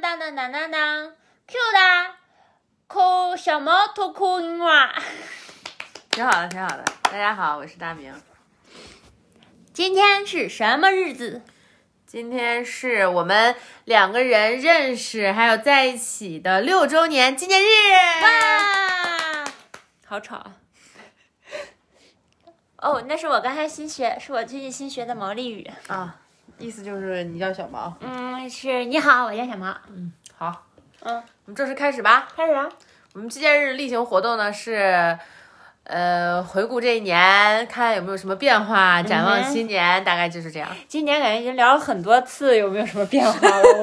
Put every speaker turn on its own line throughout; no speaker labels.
当当当，Q 哒，哭什么都哭啊！
挺好的，挺好的。大家好，我是大明。
今天是什么日子？
今天是我们两个人认识还有在一起的六周年纪念日。
哇，好吵啊！哦，那是我刚才新学，是我最近新学的毛利语。
啊，意思就是你叫小毛。
嗯，是你好，我叫小毛。
好，
嗯，
我们正式开始吧。
开始啊！
我们纪念日例行活动呢是，呃，回顾这一年，看有没有什么变化，展望新年，大概就是这样。
今年感觉已经聊了很多次，有没有什么变化？我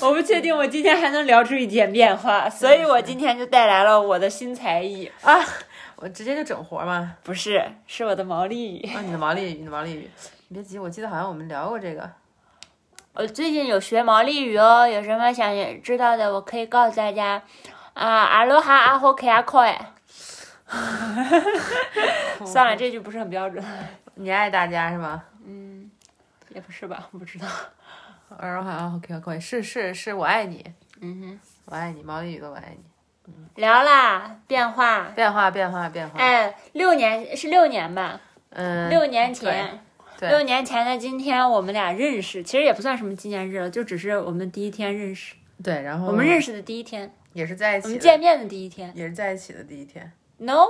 不，我不确定，我今天还能聊出一点变化，所以我今天就带来了我的新才艺，
啊，我直接就整活 嘛。
不是，是我的毛利语。
啊，你的毛利语，你的毛利语，你别急，我记得好像我们聊过这个。
我呃最近有学毛利语哦，有什么想知道的，我可以告诉大家。啊，阿罗哈阿霍克阿克 哎，算了，这句不是很标准，嗯
你爱大家是吗？
也不是吧，我不知道。
啊然后好像 OK OK，是是是我爱你，
嗯哼，
我爱你，毛利语的我爱你。
聊啦，变化。
变化变化变化，
哎，六年是六年吧？
嗯，
六年前，
对
六年前的今天，我们俩认识，其实也不算什么纪念日了，就只是我们第一天认识，
对，然后
我们认识
识
的第一天，
也是在一
我
起
们
的，
见面的第一天。
也是在一起的第一天，
No，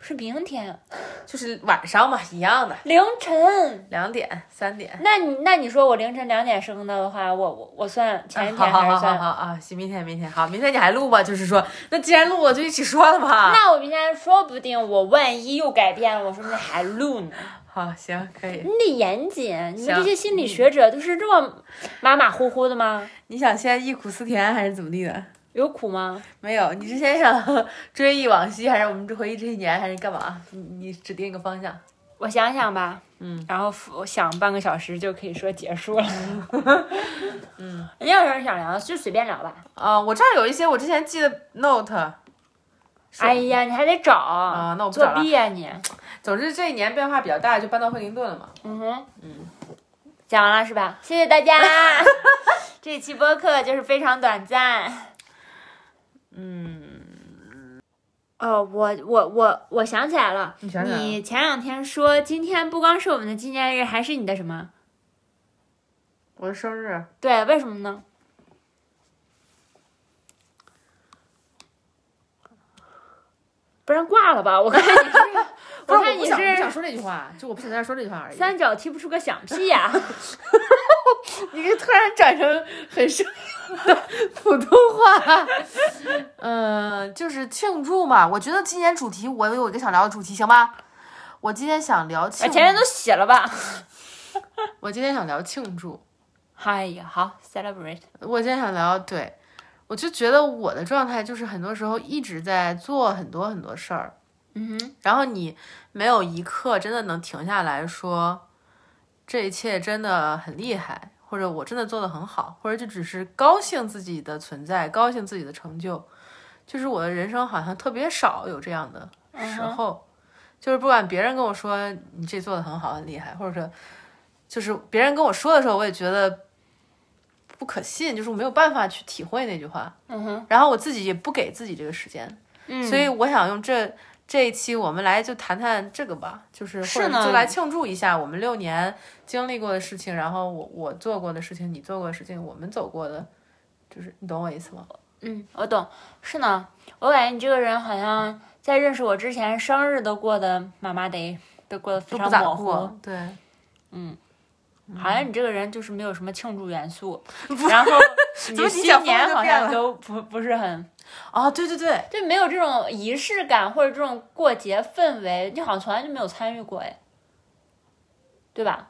是明天
就是晚上嘛，一样的，
凌晨。
两点三点。
那你那你说我凌晨两点生的的话，我我我算前一
好
天
好
还
好
是
好
算？
好啊，行，明天明天好，明天你还录吧？就是说，那既然录，我就一起说了吧。
那我明天说不定我万一又改变了，我说不定还录呢。
好，行，可以
你。得严谨，啊你们
行
这些心理学者都是这么马马虎虎的吗？
你想先忆苦思甜还是怎么地的？
有苦吗？
没有，你是先想 追忆往昔，还是我们回忆这一年，还是干嘛？你你指定一个方向。
我想想吧，
嗯，
然后我想半个小时就可以说结 束了。嗯， 你有什么想聊的就随便聊吧。
啊、我这儿有一些我之前记的 note。是
哎呀，你还得找
啊
啊
那我不
作
找了
弊呀、你。
总之这一年变化比较大，就搬到惠灵顿了嘛。
嗯哼，
嗯，
讲完了是吧？谢谢大 家。这期播客就是非常短暂。
嗯，
哦，我我我我想起来了，
你想起来了
你前两天说今天不光是我们的纪念日，还是你的什么？
我的生日，
对，为什么呢？不然挂了吧！我 看你是，
不是，
看你
我不想
是
我不想说这句话，就我不想在这儿说这句话而已。
三脚踢不出个响屁 呀、
你这突然转成很生硬的普通话，嗯，就是庆祝嘛。我觉得今年主题我有一个想聊的主题，行吗？我今天想聊庆，
把哎前面都写了吧。
我今天想聊庆祝，
哎呀，好，celebrate。
我今天想聊，对我就觉得我的状态就是很多时候一直在做很多很多事儿，
嗯哼，
然后你没有一刻真的能停下来说，这一切真的很厉害，或者我真的做得很好，或者就只是高兴自己的存在，高兴自己的成就。就是我的人生好像特别少有这样的
嗯
时候，就是不管别人跟我说你这做得很好，很厉害，或者说就是别人跟我说的时候，我也觉得不可信，就是我没有办法去体会那句话。
嗯哼，
然后我自己也不给自己这个时间，
嗯
所以我想用这这一期我们来就谈谈这个吧，就是
是
或者
呢
就来庆祝一下我们六年经历过的事情，然后我我做过的事情，你做过的事情，我们走过的，就是你懂我意思吗？
嗯，我懂。是呢，我感觉你这个人好像在认识我之前，生日都过得麻麻的，都过得嗯非
都
常
不咋
模糊。
过，对，
好像你这个人就是没有什么庆祝元素，然 后
怎么
你
你
新
想
年
风格
好
变
像
了
都不不是很，
哦，对对对，
就没有这种仪式感或者这种过节氛围，你好像从来就没有参与过哎，对吧？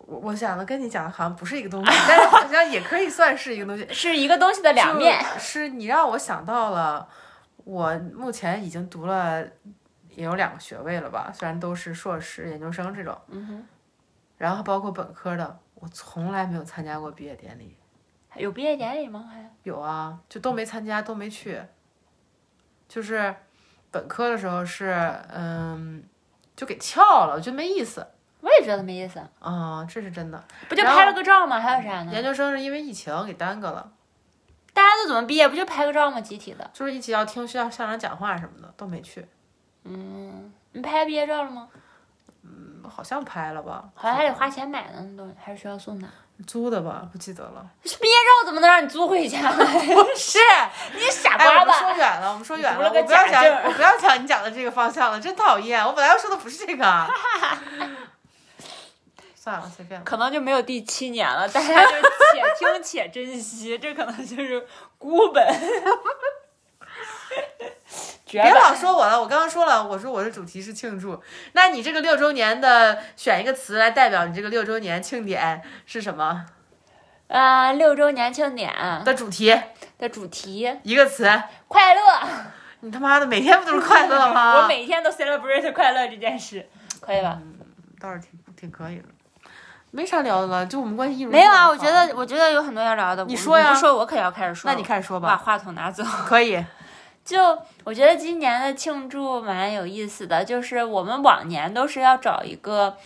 我我想的跟你讲的好像不是一个东西，但是好像也可以算是一个东西，
是一个东西的两面。
就是你让我想到了，我目前已经读了也有两个学位了吧，虽然都是硕士、研究生这种，
嗯哼，
然后包括本科的，我从来没有参加过毕业典礼。
有毕业典礼吗？还
有啊，就都没参加，都没去。就是本科的时候是，嗯，就给翘了，我觉得没意思。
我也觉得没意思，
啊、这是真的。
不就
然后
拍了个照吗？还有啥呢？
研究生是因为疫情给耽搁了，
大家都怎么毕业？不就拍个照吗？集体的，
就是一起要听学校校长讲话什么的，都没去。
嗯你拍毕业照了吗？
好像拍了吧，
好像还得花钱买呢，那东西还是学校送的。
租的吧，不记得了。
是毕业照怎么能让你租回家？ 是你傻
哎，
瓜
我们
吧？
说远了，我们说远
读
了，
了个
我不要
假
讲，
证
我不要讲你讲的这个方向了，真讨厌。我本来要说的不是这个，啊 算了，随便吧。
可能就没有第七年了，大家就且听且珍惜，这可能就是孤 本。绝
别
版
老说我了，我刚刚说了，我说我的主题是庆祝。那你这个六周年的选一个词来代表你这个六周年庆典是什么
啊、六周年庆典
的主题？
的主题
一个词，
快乐，
你他妈的每天不都是快乐吗？
我每天都 celebrate 快乐这件事，可以吧？
嗯倒是挺挺可以的，没啥聊的了，就我们关系一如
没有啊，
往
我觉
好
得我觉得有很多要聊的。你
说呀
不说我可要开始说了。
那你开始说
把
吧，
话筒拿走。
啊可以。
就我觉得今年的庆祝蛮有意思的，就是我们往年都是要找一个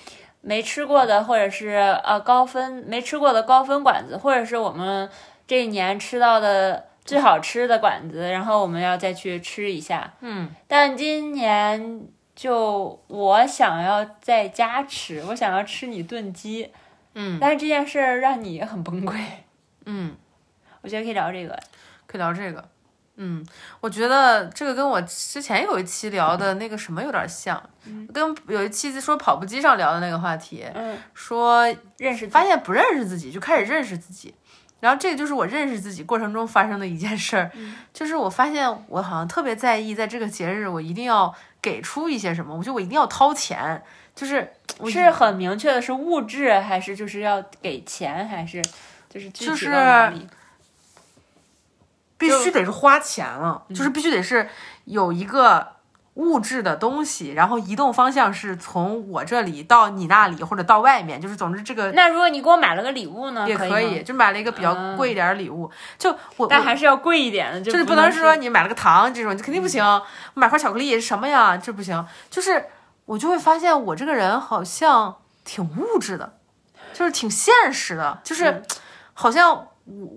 没吃过的，或者是呃高分没吃过的高分馆子，或者是我们这一年吃到的最好吃的馆子，然后我们要再去吃一下。
嗯，
但今年就我想要在家吃，我想要吃你炖鸡，
嗯
但是这件事儿让你很崩溃。
嗯。
我觉得可以聊这个，
可以聊这个。嗯，我觉得这个跟我之前有一期聊的那个什么有点像，跟有一期说跑步机上聊的那个话题，
嗯，
说
认识
发现不认识自己就开始认识自己，然后这就是我认识自己过程中发生的一件事儿，就是我发现我好像特别在意，在这个节日我一定要给出一些什么，我觉得我一定要掏钱，就是我
是很明确的是物质，还是就是要给钱，还是就是具
就
体
是
到哪里？
必须得是花钱了，
嗯
就是必须得是有一个物质的东西，然后移动方向是从我这里到你那里，或者到外面，就是总之这个
那如果你给我买了个礼物呢？
也
呃可
可
以
以，
吗，嗯
就买了一个比较贵一点的礼物，就我
但
我。
还是要贵一点的，就
就是
不
不能
是嗯
说你买了个糖这种，肯定不行。买块巧克力什么呀，这不行。就是我就会发现我这个人好像挺物质的，就是挺现实的，就是、
嗯
好像我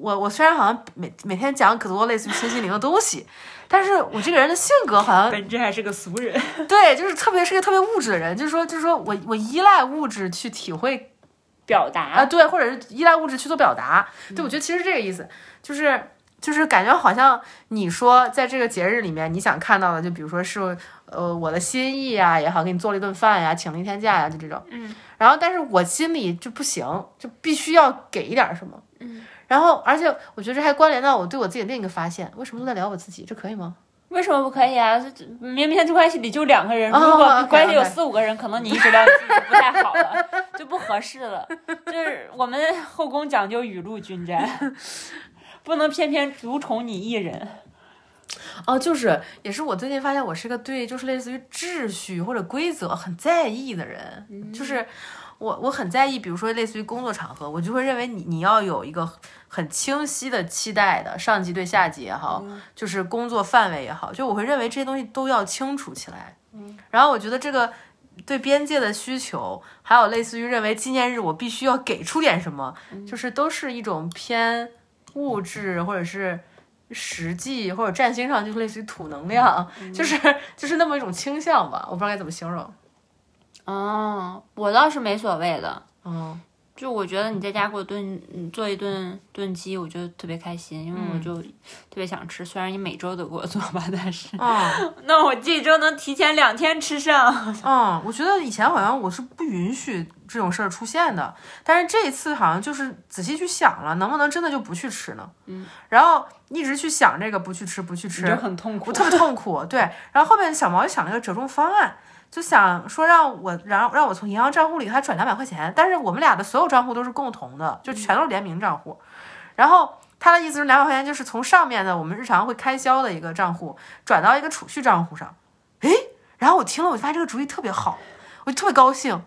我我虽然好像每每天讲可多类似于身心灵的东西，但是我这个人的性格好像
本质还是个俗人。
对，就是特别是个特别物质的人，就是说就是说我我依赖物质去体会
表
啊，
达，
对，或者是依赖物质去做表达。对，我觉得其实这个意思，就是就是感觉好像你说在这个节日里面，你想看到的，就比如说是呃我的心意啊也好，给你做了一顿饭呀、请了一天假呀、就这种。
嗯。
然后，但是我心里就不行，就必须要给一点什么。
嗯。
然后，而且我觉得这还关联到我对我自己的另一个发现，为什么都在聊我自己？这可以吗？
为什么不可以啊？这明明这关系里就两个人，
哦
如果
OK，OK
关系有四五个人，可能你一直聊自己就不太好了，就不合适了。就是我们后宫讲究雨露均沾，不能偏偏独宠你一人。
哦，就是，也是我最近发现，我是个对就是类似于秩序或者规则很在意的人，就是我我很在意，比如说类似于工作场合，我就会认为你你要有一个很清晰的期待的上级对下级也好，就是工作范围也好，就我会认为这些东西都要清楚起来。嗯，然后我觉得这个。对边界的需求，还有类似于认为纪念日我必须要给出点什么，就是都是一种偏物质或者是实际或者占星上，就是类似于土能量， 就是就是那么一种倾向吧，我不知道该怎么形容。
哦，我倒是没所谓的，
嗯，
就我觉得你在家给我炖，嗯做一顿炖鸡，我就特别开心，因为我就特别想吃。虽然你每周都给我做吧，但是
哦，
那我这周能提前两天吃上。
嗯，我觉得以前好像我是不允许这种事儿出现的，但是这一次好像就是仔细去想了，能不能真的就不去吃呢？嗯，然后一直去想这个不去吃不 去吃，
很痛
我特别痛苦。对，然后后面小毛就想了一个折中方案，就想说让我，然后让我从银行账户里给他转两百块钱，但是我们俩的所有账户都是共同的，就全都是联名账户。然后他的意思是两百块钱就是从上面的我们日常会开销的一个账户转到一个储蓄账户上。诶，然后我听了，我就发现这个主意特别好，我就特别高兴。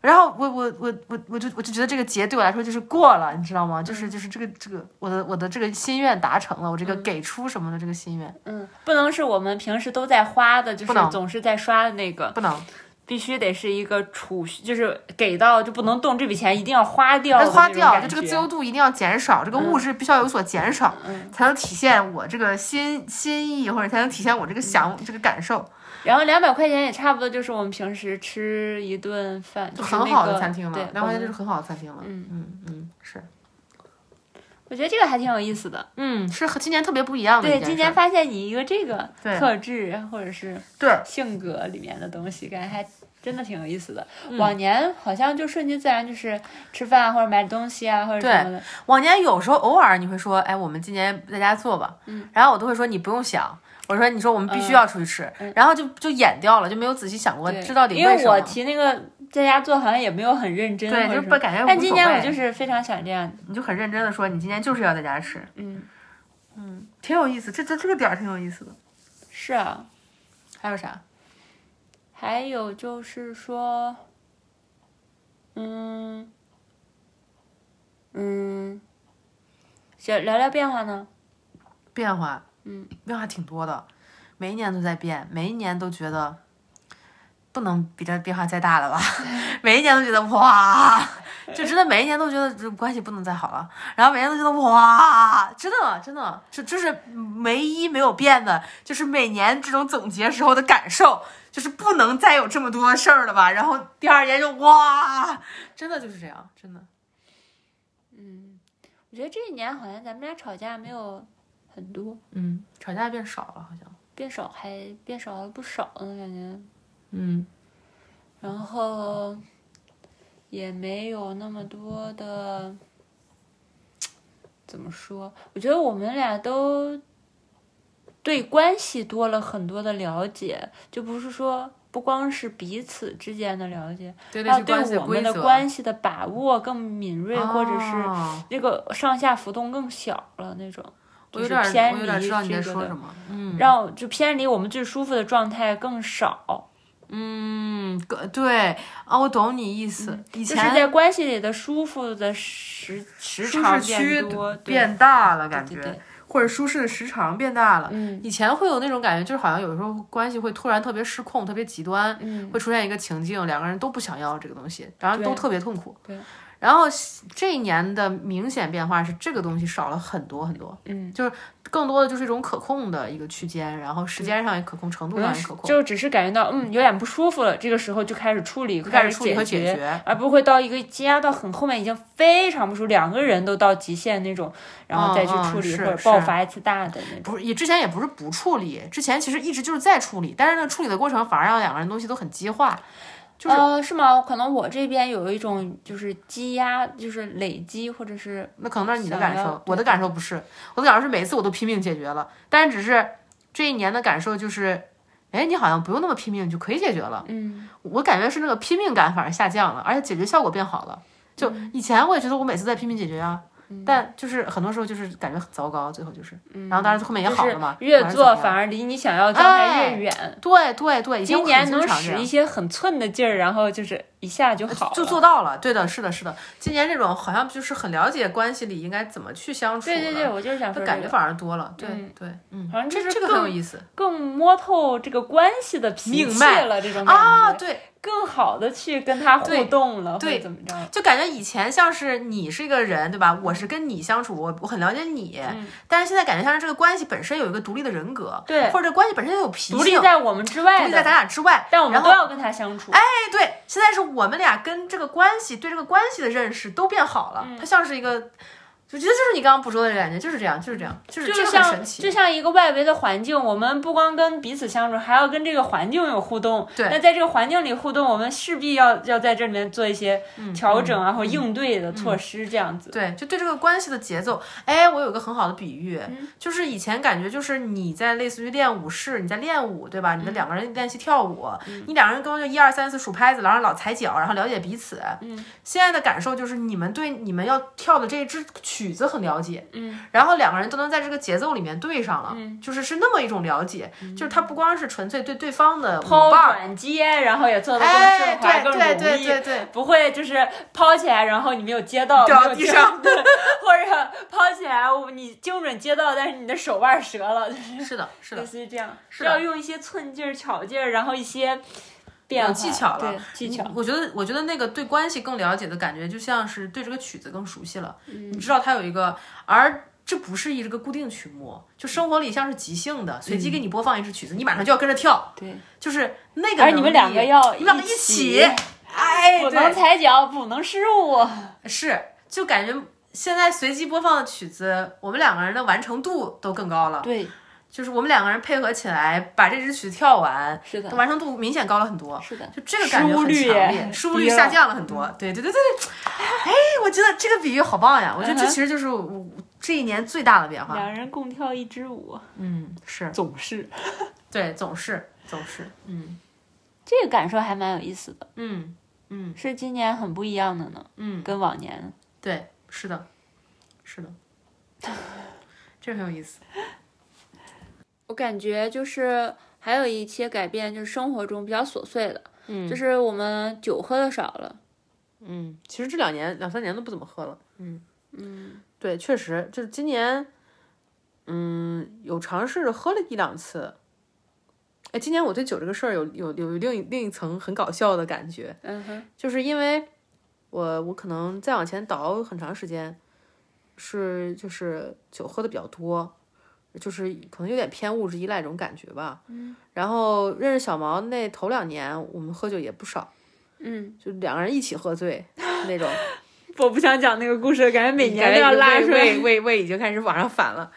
然后我我我我我就我就觉得这个节对我来说就是过了，你知道吗？就是就是这个这个我的我的这个心愿达成了，我这个给出什么的这个心愿。
嗯，不能是我们平时都在花的，就
不
是
能
总是在刷的那个。
不能，
必须得是一个储蓄，就是给到就不能动，这笔钱一定要花掉的那
要
种
花
感觉，
掉，就这个自由度一定要减少，这个物质必须要有所减少，
嗯
才能体现我这个心心意，或者才能体现我这个想、这个感受，
然后两百块钱也差不多，就是我们平时吃一顿饭，
就
就是
很
那
好的
个
餐厅了
对，，
两
我
块钱就
们
是很好的餐厅了。
嗯
嗯嗯，是，
我觉得这个还挺有意思的。
嗯是和今年特别不一样的一
对，
件
今
事
年
儿
发现你一个这个
对
特质或者是
对
性格里面的东西，感觉还真的挺有意思的。
嗯
往年好像就顺其自然，就是吃饭或者买东西啊或者
对
什么的。
往年有时候偶尔你会说，哎，我们今年在家做吧，嗯，然后我都会说你不用想，我说你说我们必须要出去吃，然后就就演掉了，就没有仔细想过
对
这到底
因为
什么
我。提那个在家做，好像也没有很认真或者
对，
什么，
就不感觉无所谓。
但今年我就是非常想这样，
你就很认真的说，你今天就是要在家吃，
嗯，
挺有意思。这这这个点儿挺有意思的。
是啊，
还有啥？
还有就是说，嗯，嗯，想聊聊变化呢？
变化，嗯，变化挺多的，每一年都在变，每一年都觉得不能比这变化再大了吧， 每一年都觉得哇，就真的每一年都觉得这关系不能再好了，然后每年都觉得哇，真的真的，就就是唯一没有变的，就是每年这种总结时候的感受，就是不能再有这么多事儿了吧，然后第二年就哇，真的就是这样，真的，
嗯我觉得这一年好像咱们俩吵架没有很多，
嗯，吵架变少了好像，
变少还变少了不少呢，感觉。
嗯
然后也没有那么多的，怎么说？我觉得我们俩都对关系多了很多的了解，就不是说不光是彼此之间的了解，
对
还有对我们的关系的把握更敏锐，或者是
哦
那个上下浮动更小了那种。
我
就
有
是
点
偏
儿，我有点儿
离
知道你在
这
说
个
什
的，
么。嗯
让就偏离我们最舒服的状态更少。
嗯，个对啊，我懂你意思。以
嗯就
前
是在关系里的舒服的时时
舒
长
适区
多，对
变大了，感
对
觉
对对
或者舒适的时长变大了。
嗯
以前会有那种感觉，就是好像有时候关系会突然特别失控，特别极端，
嗯
会出现一个情境，两个人都不想要这个东西，然后都
对
特别痛苦。
对
然后这一年的明显变化是，这个东西少了很多很多，
嗯，
更多的就是一种可控的一个区间，然后时间上也可控，程度
可能
上也
是
可控，
就只是感觉到嗯有点不舒服了，这个时候就开始处理，
就开
开
始处理和解
解
决。
而不会到一个积压到很后面，已经非常不舒服，两个人都到极限那种，然后再去
嗯嗯
处理
是
或者
是
爆发一次大的那种。
不是，也之前也不是不处理，之前其实一直就是在处理，但是那个处理的过程反而让两个人东西都很激化，就是
呃，是吗？可能我这边有一种就是积压，就是累积，或者是
那可能那是你的
呃想
感
要
受，
对
我的感受不是，我的感受是每次我都拼命解决了，但是只是这一年的感受就是，哎，你好像不用那么拼命就可以解决了，
嗯
我感觉是那个拼命感反而下降了，而且解决效果变好了。就
嗯
以前我也觉得我每次在拼命解决啊，但就是很多时候就是感觉很糟糕，最后就是，然后当然后面也
嗯就
好
是
了嘛，
越
完了怎
做
么样
反而离你想要的状态
哎
越远。
对对对，以前
今
我
年
很经
能
常这
使
样呃
一些很寸的劲儿，然后就是一下就好了，
就做到了。对的，是的，是的。今年这种好像就是很了解关系里应该怎么去相处了，
对对对，我就是想
他
说、这
感觉
个
反而多了。对、
嗯
对，嗯，
好像就
这
是
这个很
更
有意思
更摸透这个关系的脾
命
气
脉
了，这种感觉，
啊。对，
更好的去跟他
对
互动了，或
对
者怎么着？
就感觉以前像是你是一个人，对吧？我是跟你相处，我我很了解你，
嗯
但是现在感觉像是这个关系本身有一个独立的人格，
对
或者这个关系本身有脾性，
独立在我们之
独
外
立在咱
的，
俩之外，
但我们
然后
都要跟他相处。哎，
哎，对，现在是我们俩跟这个关系，对这个关系的认识都变好
嗯
了，它像是一个，我觉得就是你刚刚捕捉的感觉，就是这样，就是这样，就是这
就
个很
像
神
就
奇。
像一个外围的环境，我们不光跟彼此相处，还要跟这个环境有互动。
对
那在这个环境里互动，我们势必要要在这里面做一些
嗯
调整啊，或应对的措施，这样子。
对，就对这个关系的节奏，哎，我有一个很好的比喻，
嗯
就是以前感觉就是你在类似于练舞室，你在练舞，对吧？你
嗯
们两个人练习跳舞，你两个人根本就一二三四数拍子，然后老踩脚，然后了解彼此。嗯，现在的感受就是你们对你们要跳的这一支曲子很了解，嗯，然后两个人都能在这个节奏里面对上了，
嗯
就是是那么一种了解，就是他不光是纯粹对对方的舞
抛
伴儿，
转接，然后也做得更
哎
顺，滑、
对
更
对
容
对
易。
对 对，
不会就是抛起来，然后你没有接到，
掉
没有
地
接
上
对，或者抛起来你精准接到，但是你的手腕折了，就是
是的，是的
类。似于这样，
是的
要用一些寸劲儿、巧劲儿，然后一些变化
有技巧了嗯
对技巧。
我觉得，我觉得那个对关系更了解的感觉，就像是对这个曲子更熟悉了。
嗯
你知道它有一个，而这不是一个固定曲目，就生活里像是即兴的，随机给你播放一支曲子，你马上就要跟着跳，
嗯对，
就是那个能力。
而你们两个要
你们两个
一
一
起
起，哎，
不
对
能踩脚，不能失误。
是，就感觉现在随机播放的曲子，我们两个人的完成度都更高了。
对，
就是我们两个人配合起来把这支曲跳完，
是的
完成度明显高了很多。
是的嗯
就这个感觉
失误
很
率
强烈，
也
失误率
低了
下降了很多。对对对对对，哎，我觉得这个比喻好棒呀！我
嗯
觉得这其实就是我这一年最大的变 化。
两人共跳一支舞，
嗯，是
总是
对，总是总是，嗯
这个感受还蛮有意思的，
嗯嗯
是今年很不一样的呢，
嗯，
跟往年。
对，是的，是的， 这很有意思。
我感觉就是还有一些改变，就是生活中比较琐碎的，
嗯
就是我们酒喝的少了，
嗯，其实这两年两三年都不怎么喝了。嗯嗯，对，确实就是今年，嗯，有尝试着喝了一两次。哎，今年我对酒这个事儿有有有另一另一层很搞笑的感觉，
嗯哼，
就是因为我我可能再往前倒很长时间，是就是酒喝的比较多，就是可能有点偏物质依赖这种感觉吧。嗯，然后认识小毛那头两年，我们喝酒也不少，
嗯，
就两个人一起喝醉那种。
我不想讲那个故事，感觉每年
感
都
觉
要拉
胃
出来
胃。胃胃已经开始往上反了。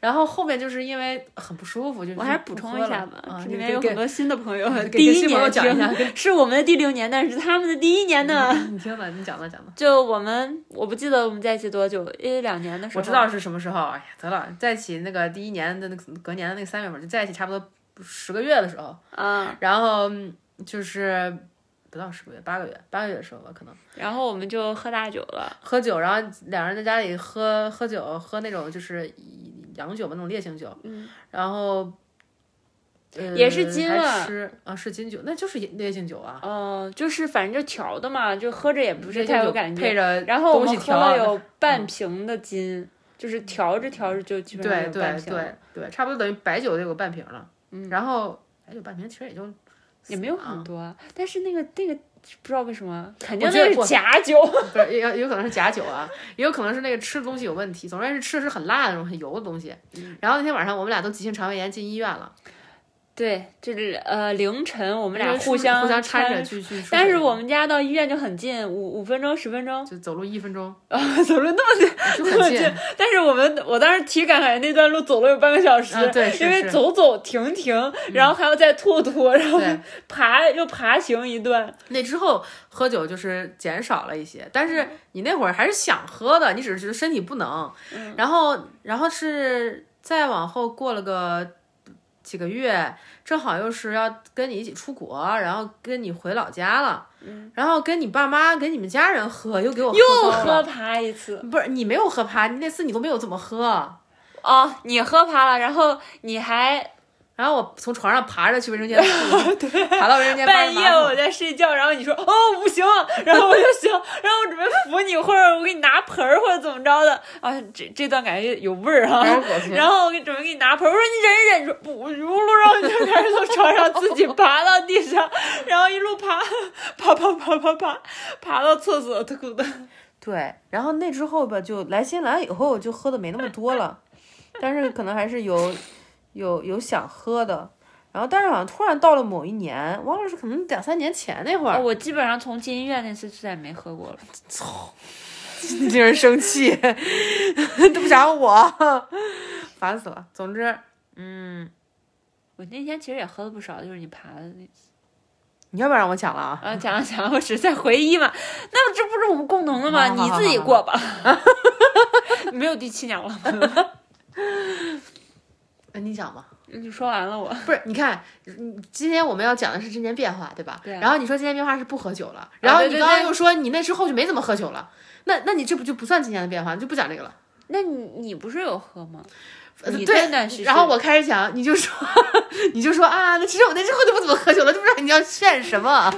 然后后面就是因为很不舒服，就是
我还是补充一下吧，
啊，
这里面有很 多新的朋友，
给
第
给
一
新朋友
年
讲一下
听，嗯是我们的第六年，但是是他们的第一年呢。
你听了，你讲了讲了。
就我们，我不记得我们在一起多久，一两年的时候，
我知道是什么时候，哎呀，得了，在一起那个第一年的那个隔年的那个三月份，就在一起差不多十个月的时候，
嗯，
然后嗯就是不到十个月，八个月，八个月的时候吧，可能
然后我们就喝大酒了，
喝酒，然后两人在家里喝喝酒，喝那种就是洋酒嘛，那种烈性酒，
嗯，
然后。呃
也是金
还
了
吃啊，是金酒，那就是烈性酒啊。
嗯，就是反正就调的嘛，就喝着也不
这
是
就
太有感
配
觉。呃
着
然后我
东
们
西
喝
调
了
啊
有半瓶的金，就是调着调着就基本上
对
有半
对
瓶，
对对，差不多等于白酒得有半瓶了。嗯，然后白酒半瓶其实也就
也没有很多，啊但是那个那个不知道为什么，肯定
觉得
那是
我
假酒。
不是，也有有可能是假酒啊，也有可能是那个吃的东西有问题。总而言之，吃的是很辣的那种很油的东西。
嗯
然后那天晚上我们俩都急性肠胃炎进医院了，
对，就是呃凌晨我
我
们俩
互
相
互
互
相搀着去去输血，
但是我们家到医院就很近，五五分钟十分钟，
就走路一分钟，
啊，走了那么近，
就
那么
很近。
近但是我们我当时体感感觉那段路走了有半个小时，
啊对是
因为
是
走走停停，然后还要再吐吐，然后
对
爬又爬行一段，
那之后喝酒就是减少了一些，但是
嗯
你那会儿还是想喝的，你只是觉得身体不能。
嗯
然后，然后是再往后过了个几个月，正好又是要跟你一起出国，然后跟你回老家了，然后跟你爸妈、跟你们家人喝，又给我
嗯又
喝高了
喝趴一次
不是你没有喝趴，那次你都没有怎么喝。
哦，你喝趴了，然后你 还
然后我从床上爬着去卫生 间吐，爬到卫生间扒着
半
马
夜
桶
我在睡觉，然后你说哦不行，然后我就行，然后我准备扶你，或者我给你拿盆儿或者怎么着的啊，这这段感觉有味儿哈、
哎呦我去
然后我给准备给你拿盆儿，我说你忍一忍，你说不，我撸了，然后你就开始从床上自己爬到地上，然后一路爬，爬爬爬爬爬，爬到厕所，突突的，
对，然后那之后吧，就来新西兰以后就喝的没那么多了， 但是可能还是有有有想喝的。然后，但是好像突然到了某一年，忘了是可能两三年前那 会儿，
哦我基本上从进医院那次就再也没喝过了。
令人生气， 对不想我， 烦死了。总之，嗯，
我那天其实也喝了不少，就是你爬的那次。
你要不要让我讲了啊？
啊，讲了讲了，我只是在回忆嘛。那这不是我们共同的吗？
好好
你自己过吧。 没有第七年了，
哎，你讲吧。
呃你说完了我。
不是，你看，嗯今天我们要讲的是今年变化，对吧？
对啊
然后你说今年变化是不喝酒了，然后
对
你
对
刚刚
对
又说你那之后就没怎么喝酒了，那那你这不就不算今年的变化，就不讲这个了。
那你你不是有喝吗？
呃
你
对
断断续续
然后我开始讲，你就说， 你就说啊，那其实我那之后就不怎么喝酒了，就不知道你要炫什么，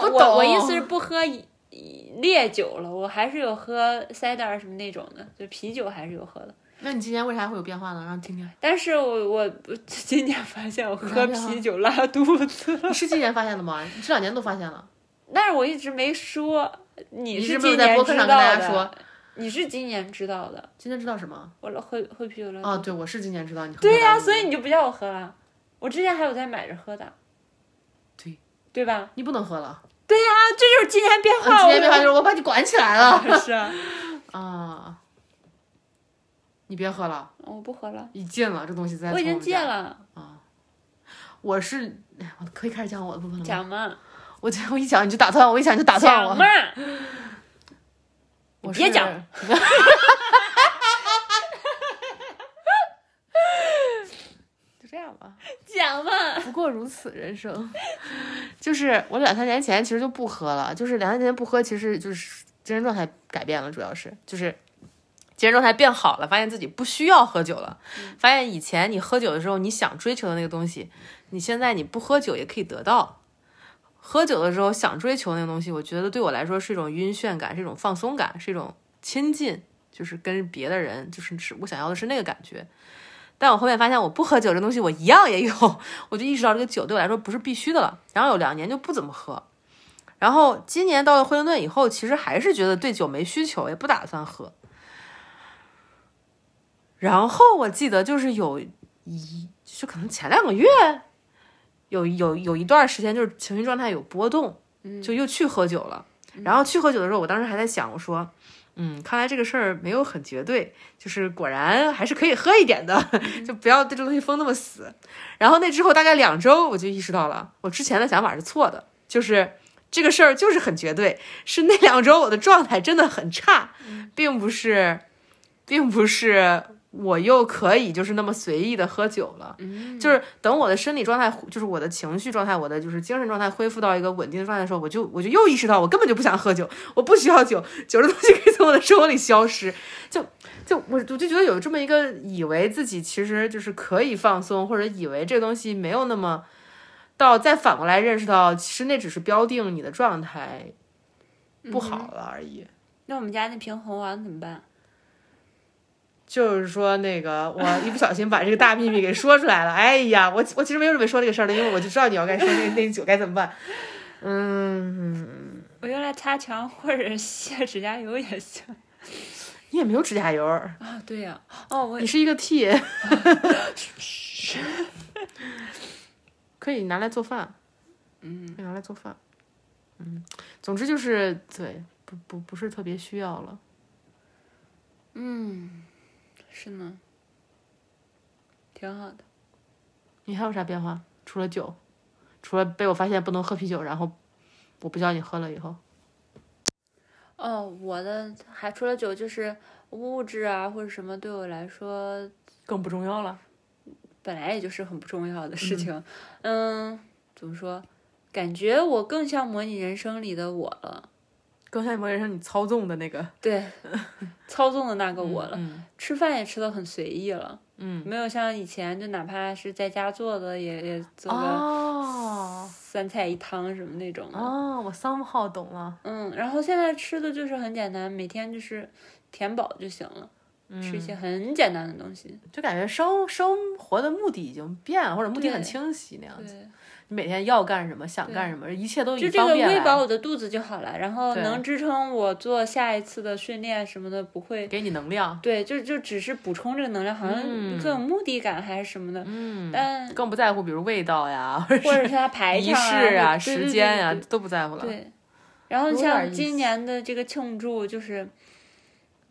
但
不
我
懂。
我意思是不喝一啊一烈酒了，我还是有喝 cider 什么那种的，就啤酒还是有喝的。
那你今年为啥会有变化呢？让听听。
但是我我 今年发现我喝啤酒拉肚子，
你是今年发现的吗？你这两年都发现了，
但是我一直没说。你
你是
是
不是
今
在
年
播客
知
上
道
跟大家
的？
说？
你是今年知道的。
今天知道什么？
我老喝喝啤酒拉肚
啊，
子。
对，我是今年知道你喝
对
了
呀、
拉肚子
所以你就不叫我喝了。我之前还有在买着喝的。
对。
对吧？
你不能喝了。
啊，这就是今年变
啊
化。
今年变化就是我把你管起 来了
是啊，
啊！你别喝了，
我不喝了，
你禁了这东西在。
我已经戒。了。
我是，哎我可以开始讲我的部分了吗。
讲嘛，
我就我一讲你就打断我，我一讲你就打断
讲
我。
嘛，
我
别
是
讲。
就这样吧。
讲嘛。
不过如此人生，就是我两三年前其实就不喝了，就是两三年前不喝，其实就是精神状态改变了，主要是就是精神状态变好了，发现自己不需要喝酒了，发现以前你喝酒的时候你想追求的那个东西，你现在你不喝酒也可以得到。喝酒的时候想追求那个东西，我觉得对我来说是一种晕眩感，是一种放松感，是一种亲近，就是跟别的人，就是是我想要的是那个感觉。但我后面发现我不喝酒这东西我一样也有，我就意识到这个酒对我来说不是必须的了。然后有两年就不怎么喝，然后今年到了惠灵顿以后，其实还是觉得对酒没需求，也不打算喝。然后我记得就是有一，就可能前两个月，有有有一段时间就是情绪状态有波动，就又去喝酒了。然后去喝酒的时候，我当时还在想，我说，嗯，看来这个事儿没有很绝对，就是果然还是可以喝一点的，就不要对这东西封那么死。然后那之后大概两周，我就意识到了，我之前的想法是错的，就是这个事儿就是很绝对，是那两周我的状态真的很差，并不是，并不是我又可以就是那么随意的喝酒了，就是等我的身体状态，就是我的情绪状态，我的就是精神状态恢复到一个稳定的状态的时候，我就我就又意识到我根本就不想喝酒，我不需要酒，酒这东西可以从我的生活里消失，就我我就觉得有这么一个以为自己其实就是可以放松，或者以为这东西没有那么到，再反过来认识到，其实那只是标定你的状态不好了而已。
那我们家那瓶红丸怎么办？
就是说，那个我一不小心把这个大秘密给说出来了。哎呀，我我其实没有准备说这个事儿的，因为我就知道你要该说那那酒该怎么办。
我用来擦墙或者卸指甲油也行
你也没有指甲油儿，
啊。对呀、哦，我
你是一个 T，可以拿来做饭，嗯，可以拿来做饭，嗯，总之就是对，不不不是特别需要了。
嗯是呢，挺好的。
你还有啥变化？除了酒，除了被我发现不能喝啤酒，然后我不叫你喝了以后，
哦，我的还除了酒就是物质啊或者什么，对我来说
更不重要了。
本来也就是很不重要的事情。嗯怎么说？感觉我更像《模拟人生》里的我了，
刚才有没有人说你操纵的那个
对，操纵的那个我了。
嗯
吃饭也吃的很随意了，
嗯，
没有像以前就哪怕是在家做的也也做个
哦
三菜一汤什么那种的。
哦，我 somehow 懂了，
嗯，然后现在吃的就是很简单，每天就是填饱就行了，
嗯
吃一些很简单的东西。
就感觉生生活的目的已经变了，或者目的很
对
清晰那样子。
对，
你每天要干什么，想干什么，一切都以
就这
方
个
便
喂
来
饱我的肚子就好了，然后
对
能支撑我做下一次的训练什么的，不会。
给你能量，
对，就就只是补充这个能量，好像
嗯
更有目的感还是什么的，
嗯，
但
更不在乎比如味道呀，
或
或者
者
是
是它排
仪
场
式
啊、
啊、
对
时间
对
呀
对对
都不在乎了。
对，然后
有点
像
意
今
思
年的这个庆祝，就是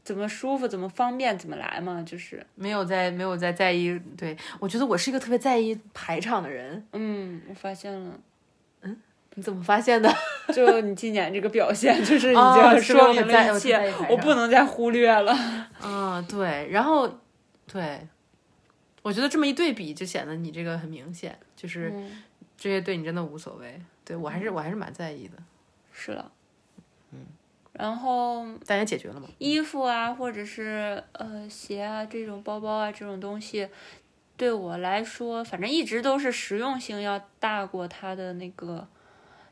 怎么舒服怎么方便怎么来嘛，就是
没有在没有在在意，对我觉得我是一个特别在意排场的人。
嗯，我发现了，
你怎么发现 的？
就你今年这个表现，就是已
哦
经
是不是
说
我
明
很在
了一
我
切
很在意排，
我
场
不能再忽略了。
啊，
嗯
对，然后对，我觉得这么一对比，就显得你这个很明显，就是
嗯，
这些对你真的无所谓。对我还是我还是蛮在意的。
是了，嗯，然后
大家解决了吗？
衣服啊，或者是呃鞋啊这种包包啊这种东西，对我来说，反正一直都是实用性要大过它的那个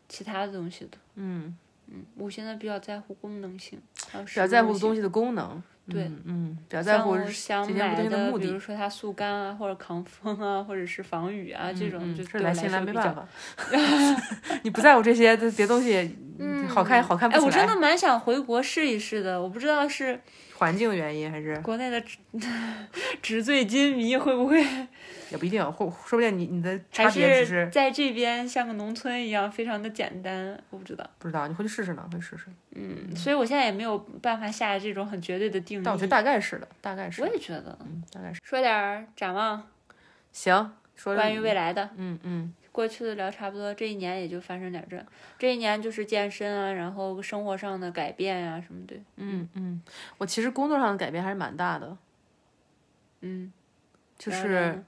其他的东西的。
嗯，
嗯，我现在比较在乎功能性，还有
比较在乎
实用性
东西的功能。
对
嗯，嗯，比较在
像
乎
我
这
想
件
买
东西的目
比
的
如。说它速干啊，或者抗风啊，或者是防雨啊，这种
嗯
就
这
对我
来
说
新来没
比较
办法， 你不在乎这些，这别东西，
嗯
好看好看不
哎，
起
我真
来
的蛮想回国试一试的，我不知道是
环境原因还是
国内的纸 纸醉金迷会不会，
也不一定，或说不定你你的差
还
别只
是
是
在这边像个农村一样，非常的简单，我不知道。
不知道，你回去试试呢，回去试试。
嗯，所以我现在也没有办法下这种很绝对的定义。
但我觉得大概是的，大概
嗯
是
我
的，
也觉得，
嗯，大概是。
说点儿展望，
行，说
关于未来的。
嗯嗯，
过去的聊差不多，这一年也就发生点这，这一年就是健身啊，然后生活上的改变啊什么的。
嗯嗯，我其实工作上的改变还是蛮大的，
嗯，
就
聊聊
是
呢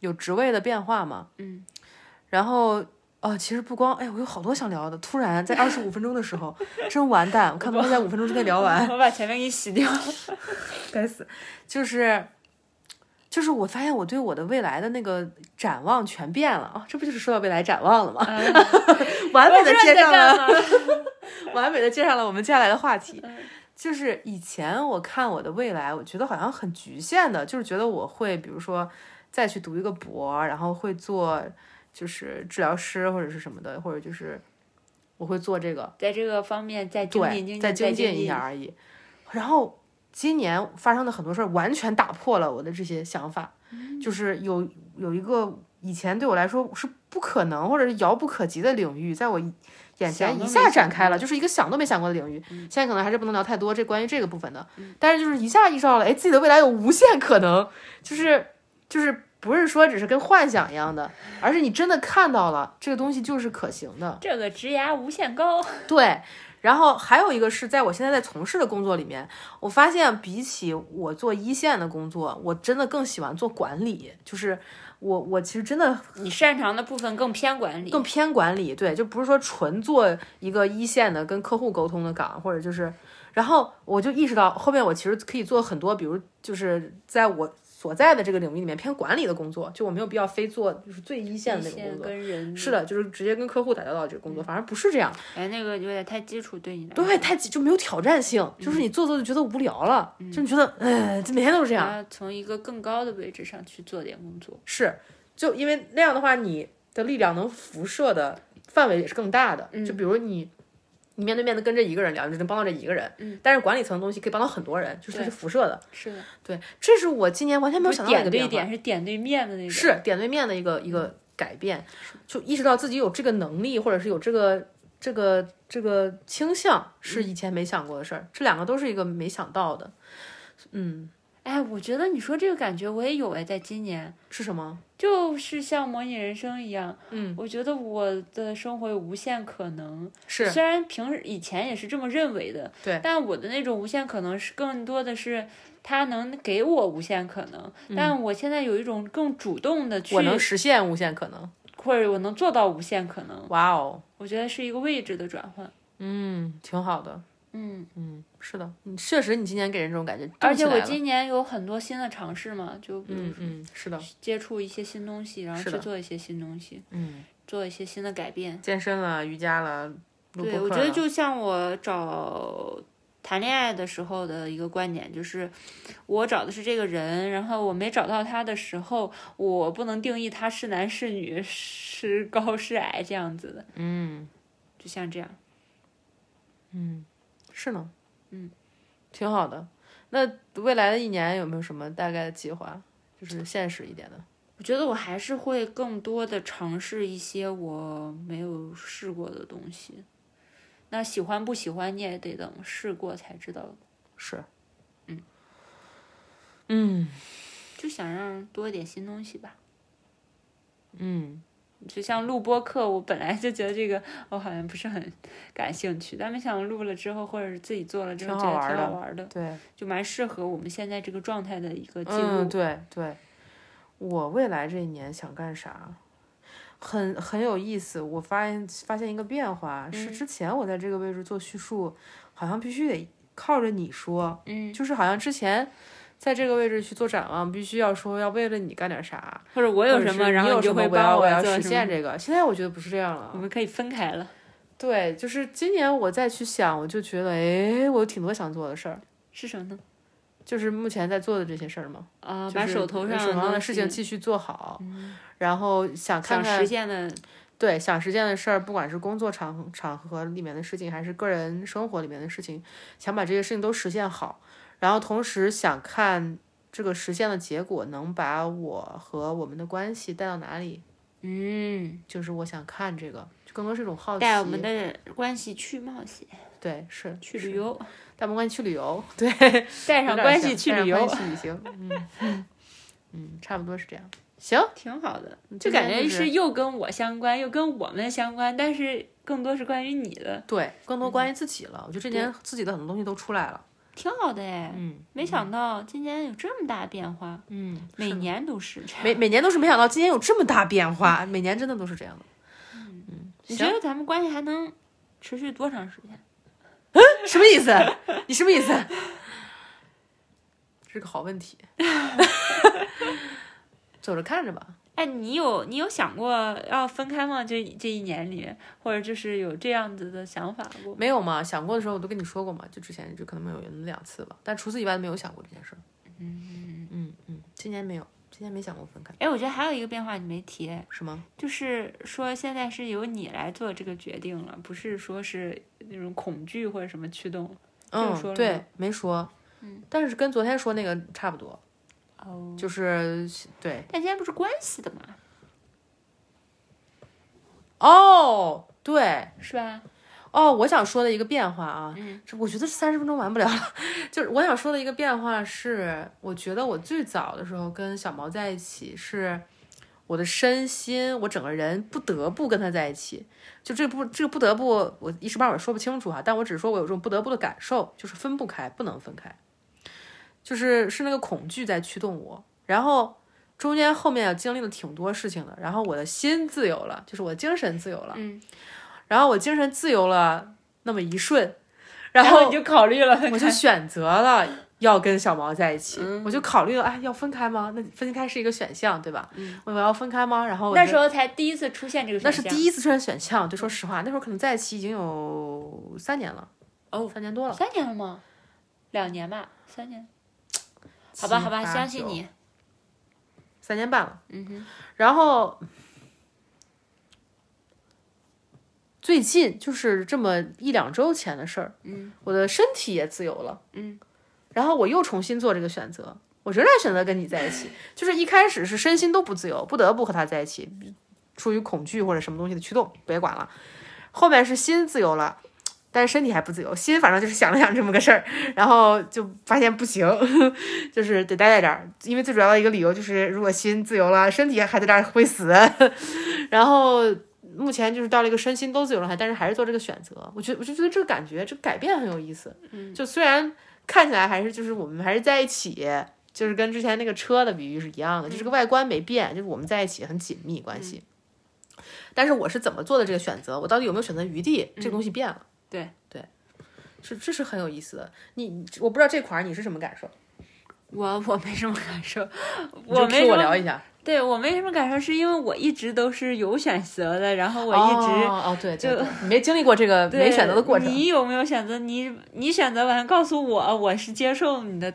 有职位的变化嘛。
嗯，
然后哦，其实不光哎，我有好多想聊的，突然在二十五分钟的时候，真完蛋，我看能不能在五分钟之内聊完，
我把前面给你洗掉。
该死，就是。就是我发现我对我的未来的那个展望全变了啊、这不就是说到未来展望了吗？
哎
完美
我不知
的
道你在
接上了
干嘛。
完美的接上了我们接下来的话题
嗯，
就是以前我看我的未来，我觉得好像很局限的，就是觉得我会比如说再去读一个博，然后会做就是治疗师或者是什么的，或者就是我会做这个，
在这个方面再精进精进
对，再精
进
进一下而已。然后今年发生的很多事儿完全打破了我的这些想法，
嗯
就是有有一个以前对我来说是不可能或者是遥不可及的领域，在我一眼
想
前
都
一
没
下
想
展开
过嗯
了，就是一个想都没想过的领域。现在可能还是不能聊太多这关于这个部分的，但是就是一下意识到了，哎，自己的未来有无限可能，就是就是。不是说只是跟幻想一样的，而是你真的看到了这个东西就是可行的。
这个职涯无限高。
对，然后还有一个是在我现在在从事的工作里面，我发现比起我做一线的工作，我真的更喜欢做管理，就是我我其实真的
你擅长的部分更偏管理，
更偏管理，对，就不是说纯做一个一线的跟客户沟通的岗，或者就是，然后我就意识到后面我其实可以做很多，比如就是在我所在的这个领域里面偏管理的工作，就我没有必要非做就是最一线的那种嗯工
线
作。
跟人
是，的，就是直接跟客户打交道这个工作，反而不是这样。
哎，那个有点太基础对你来说。
对，太急就没有挑战性，就是
嗯
你做做就觉得无聊了，就你觉得，哎，这每天都是这样，
要从一个更高的位置上去做点工作。
是，就因为那样的话，你的力量能辐射的范围也是更大的，
嗯
就比如你。你面对面的跟这一个人聊，你只能帮到这一个人。
嗯，
但是管理层的东西可以帮到很多人，就是它是辐射的。
是的，
对，这是我今年完全没有
不是
想到的
点
一个
对
变化。
点，是点对面的那种。
是点对面的一个一个改变，就意识到自己有这个能力，或者是有这个这个这个倾向，是
嗯
以前没想过的事儿。这两个都是一个没想到的，嗯，
哎，我觉得你说这个感觉我也有哎，在今年
是什么？
就是像模拟人生一样，
嗯，
我觉得我的生活有无限可能。
是
虽然平时以前也是这么认为的，
对，
但我的那种无限可能是更多的是它能给我无限可能，但我现在有一种更主动的去，
嗯我能实现无限可能。
或者我能做到无限可能，
哇哦，
我觉得是一个位置的转换。
嗯，挺好的，
嗯，
嗯，是的，你确实你今年给人这种感觉，
而且
动起
我
来了
今年有很多新的尝试嘛，就比如
嗯嗯是的，
接触一些新东西，然后
是
去
的
做一些新东西，
嗯，
做一些新的改变。
健身了，瑜伽了，录
对，
播
我
客
觉得
了
就像我找谈恋爱的时候的一个观点，就是我找的是这个人，然后我没找到他的时候，我不能定义他是男是女、是高是矮这样子的，
嗯
就像这样。
是呢，嗯，挺好的。那未来的一年有没有什么大概的计划？就是现实一点的。
我觉得我还是会更多的尝试一些我没有试过的东西。那喜欢不喜欢，你也得等试过才知道。
是，嗯
就想让多一点新东西吧。
嗯
就像录播课，我本来就觉得这个我好像不是很感兴趣，但没想到录了之后，或者是自己做了之后，
挺
觉
好
得挺
玩的
好玩的，
嗯，对，
就蛮适合我们现在这个状态的一个记
嗯
录。
对对。我未来这一年想干啥，很很有意思。我发现发现一个变化，
嗯
是之前我在这个位置做叙述，好像必须得靠着你说，
嗯，
就是好像之前。在这个位置去做展望，必须要说要为了你干点啥，
或者我
我
有什么，然后
有
你就
什么
会
我要
帮
我要
做嗯
实
什
现
么。
这个。现在我觉得不是这样了
我，们可以分开了，
对，就是今年我再去想，我就觉得，哎，我有挺多想做的事儿，
是什么呢？
就是目前在做的这些事儿吗？
啊，
就
把
是
手头上
手上的
东
事
西嗯
情继续做好，然后想看
想
看
实现的，
对想实现的事儿，不管是工作场场合里面的事情，还是个人生活里面的事情，想把这些事情都实现好，然后同时想看这个实现的结果能把我和我们的关系带到哪里，
嗯，
就是我想看这个，就更多是一种好奇。
带我们的关系去冒险，
对是
去
是
旅游，
带我们关系去 旅游，对，
带上
有点
关
像
系去
带上
旅游
关，系旅行，嗯 嗯，差不多是这样。行，
挺好的，就
今
感
天
觉
就是
又跟我相关，又跟我们相关，但是更多是关于你的，
对，更多关于自己了。我觉得这年自己的很多东西都出来了。
挺好的哎。
嗯
没想到今年有这么大变化，
嗯，
每年都是这样。
每每年都是没想到今年有这么大变化，每年真的都是这样的。
你觉得咱们关系还能持续多长时间？
什么意思？你什么意思？ 这是个好问题， 走着看着吧。
哎，你有你有想过要分开吗？这这一年里，或者就是有这样子的想法过？
没有嘛？想过的时候我都跟你说过嘛，就之前就可能有那么两次吧，但除此以外没有想过这件事儿。嗯嗯嗯，今年没有，今年没想过分开，
哎，我觉得还有一个变化你没提，
是吗？
就是说现在是由你来做这个决定了，不是说是那种恐惧或者什么驱动。这个说了
嗯，
吗
对，没说。嗯，但是跟昨天说那个差不多，
哦，
就是对
但今天不是关系的嘛，
哦，对
是吧？
哦，我想说的一个变化啊，
嗯
这我觉得三十分钟完不了了。就是我想说的一个变化是，我觉得我最早的时候跟小毛在一起是。我的身心，我整个人不得不跟他在一起，就这不这个不得不，我一时半会儿说不清楚哈、但我只是说我有这种不得不的感受，就是分不开，不能分开，就是是那个恐惧在驱动我，然后中间后面经历了挺多事情的，然后我的心自由了，就是我的精神自由了，
嗯，
然后我精神自由了那么一瞬，
然
后
你就考虑了分
我
开，
就选择了要跟小毛在一起，我就考虑了，哎，要分开吗？那分开是一个选项，对吧？我我要分开吗？然后我
那
就
时候才第一次出现这个
那
选
是
项。
第一次出现选项，对，说实话，那时候可能在一起已经有三年了，
哦
三年多了，
三年了吗？两年吧，三年。好吧，
七
好吧，
八
相信
九
你。
三年半了。
嗯哼，
然后最近就是这么一两周前的事儿，
嗯，
我的身体也自由了，
嗯，
然后我又重新做这个选择，我仍然选择跟你在一起，就是一开始是身心都不自由，不得不和他在一起，出于恐惧或者什么东西的驱动，别管了，后面是心自由了。但是身体还不自由，心反正就是想了想这么个事儿，然后就发现不行，就是得待在这儿，因为最主要的一个理由就是，如果心自由了，身体还在这儿会死。 然后目前就是到了一个身心都自由状态，但是还是做这个选择。我觉得我就觉得这个感觉，这个改变很有意思。
嗯
就虽然看起来还是就是我们还是在一起，就是跟之前那个车的比喻是一样的，就
嗯
是个外观没变，就是我们在一起很紧密关系。
嗯
但是我是怎么做的这个选择，我到底有没有选择余地，这个
嗯
东西变了。
对
对，是这是很有意思的。你我不知道这块儿你是什么感受，
我我没什么感受，
你就
我没
Q
什
我
么，
聊一下。
对我没什么感受，是因为我一直都是有选择的，然后我一直、
哦哦对，对
就
对你没经历过这个
对
没选择的过程，
你有没有选择？你你选择完告诉我，我是接受你的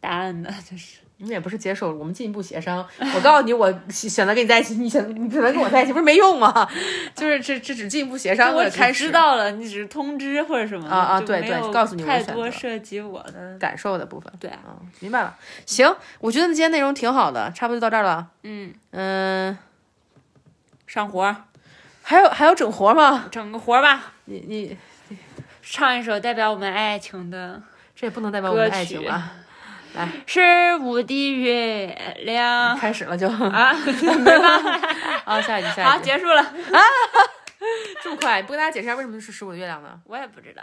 答案的， 就是
我们也不是接受，我们进一步协商。我告诉你，我选选择跟你在一起，你选你选择跟我在一起，不是没用吗？ 就是这这只进一步协商
我
的
只
开始
知道了，你只是通知或者什么的
啊啊
就
对
没
对
有
告诉你我的
太
选
多
择
涉及我的，
感受的部分。
对啊，
嗯，明白了。行，我觉得今天内容挺好的，差不多就到这儿了。
嗯，
嗯，
上活儿
还有还有整活吗？
整个活儿吧，
你你
唱一首代表我们爱情的。
这也不能代表我们的爱情
歌曲
吧？
十五的月亮
开始了就
啊，
啊，下一集下
好，
一集，
结束了。
这么快，不跟大家解释一下为什么是十五的月亮呢？
我也不知道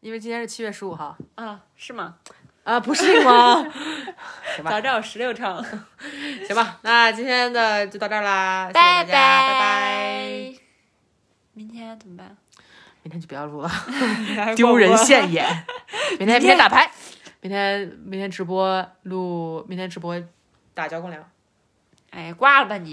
因为今天是七月十五号
啊，是吗？
啊，不是吗？行吧
早知道我十六唱了，
行吧，那今天的就到这儿啦，谢谢
拜
大家，拜拜。
拜。明天怎么办？
明天就不要录了， 丢人现 眼。明天明天打牌，明天明天直播录，明天直播打交公粮。
Eh, 哎，挂了吧你。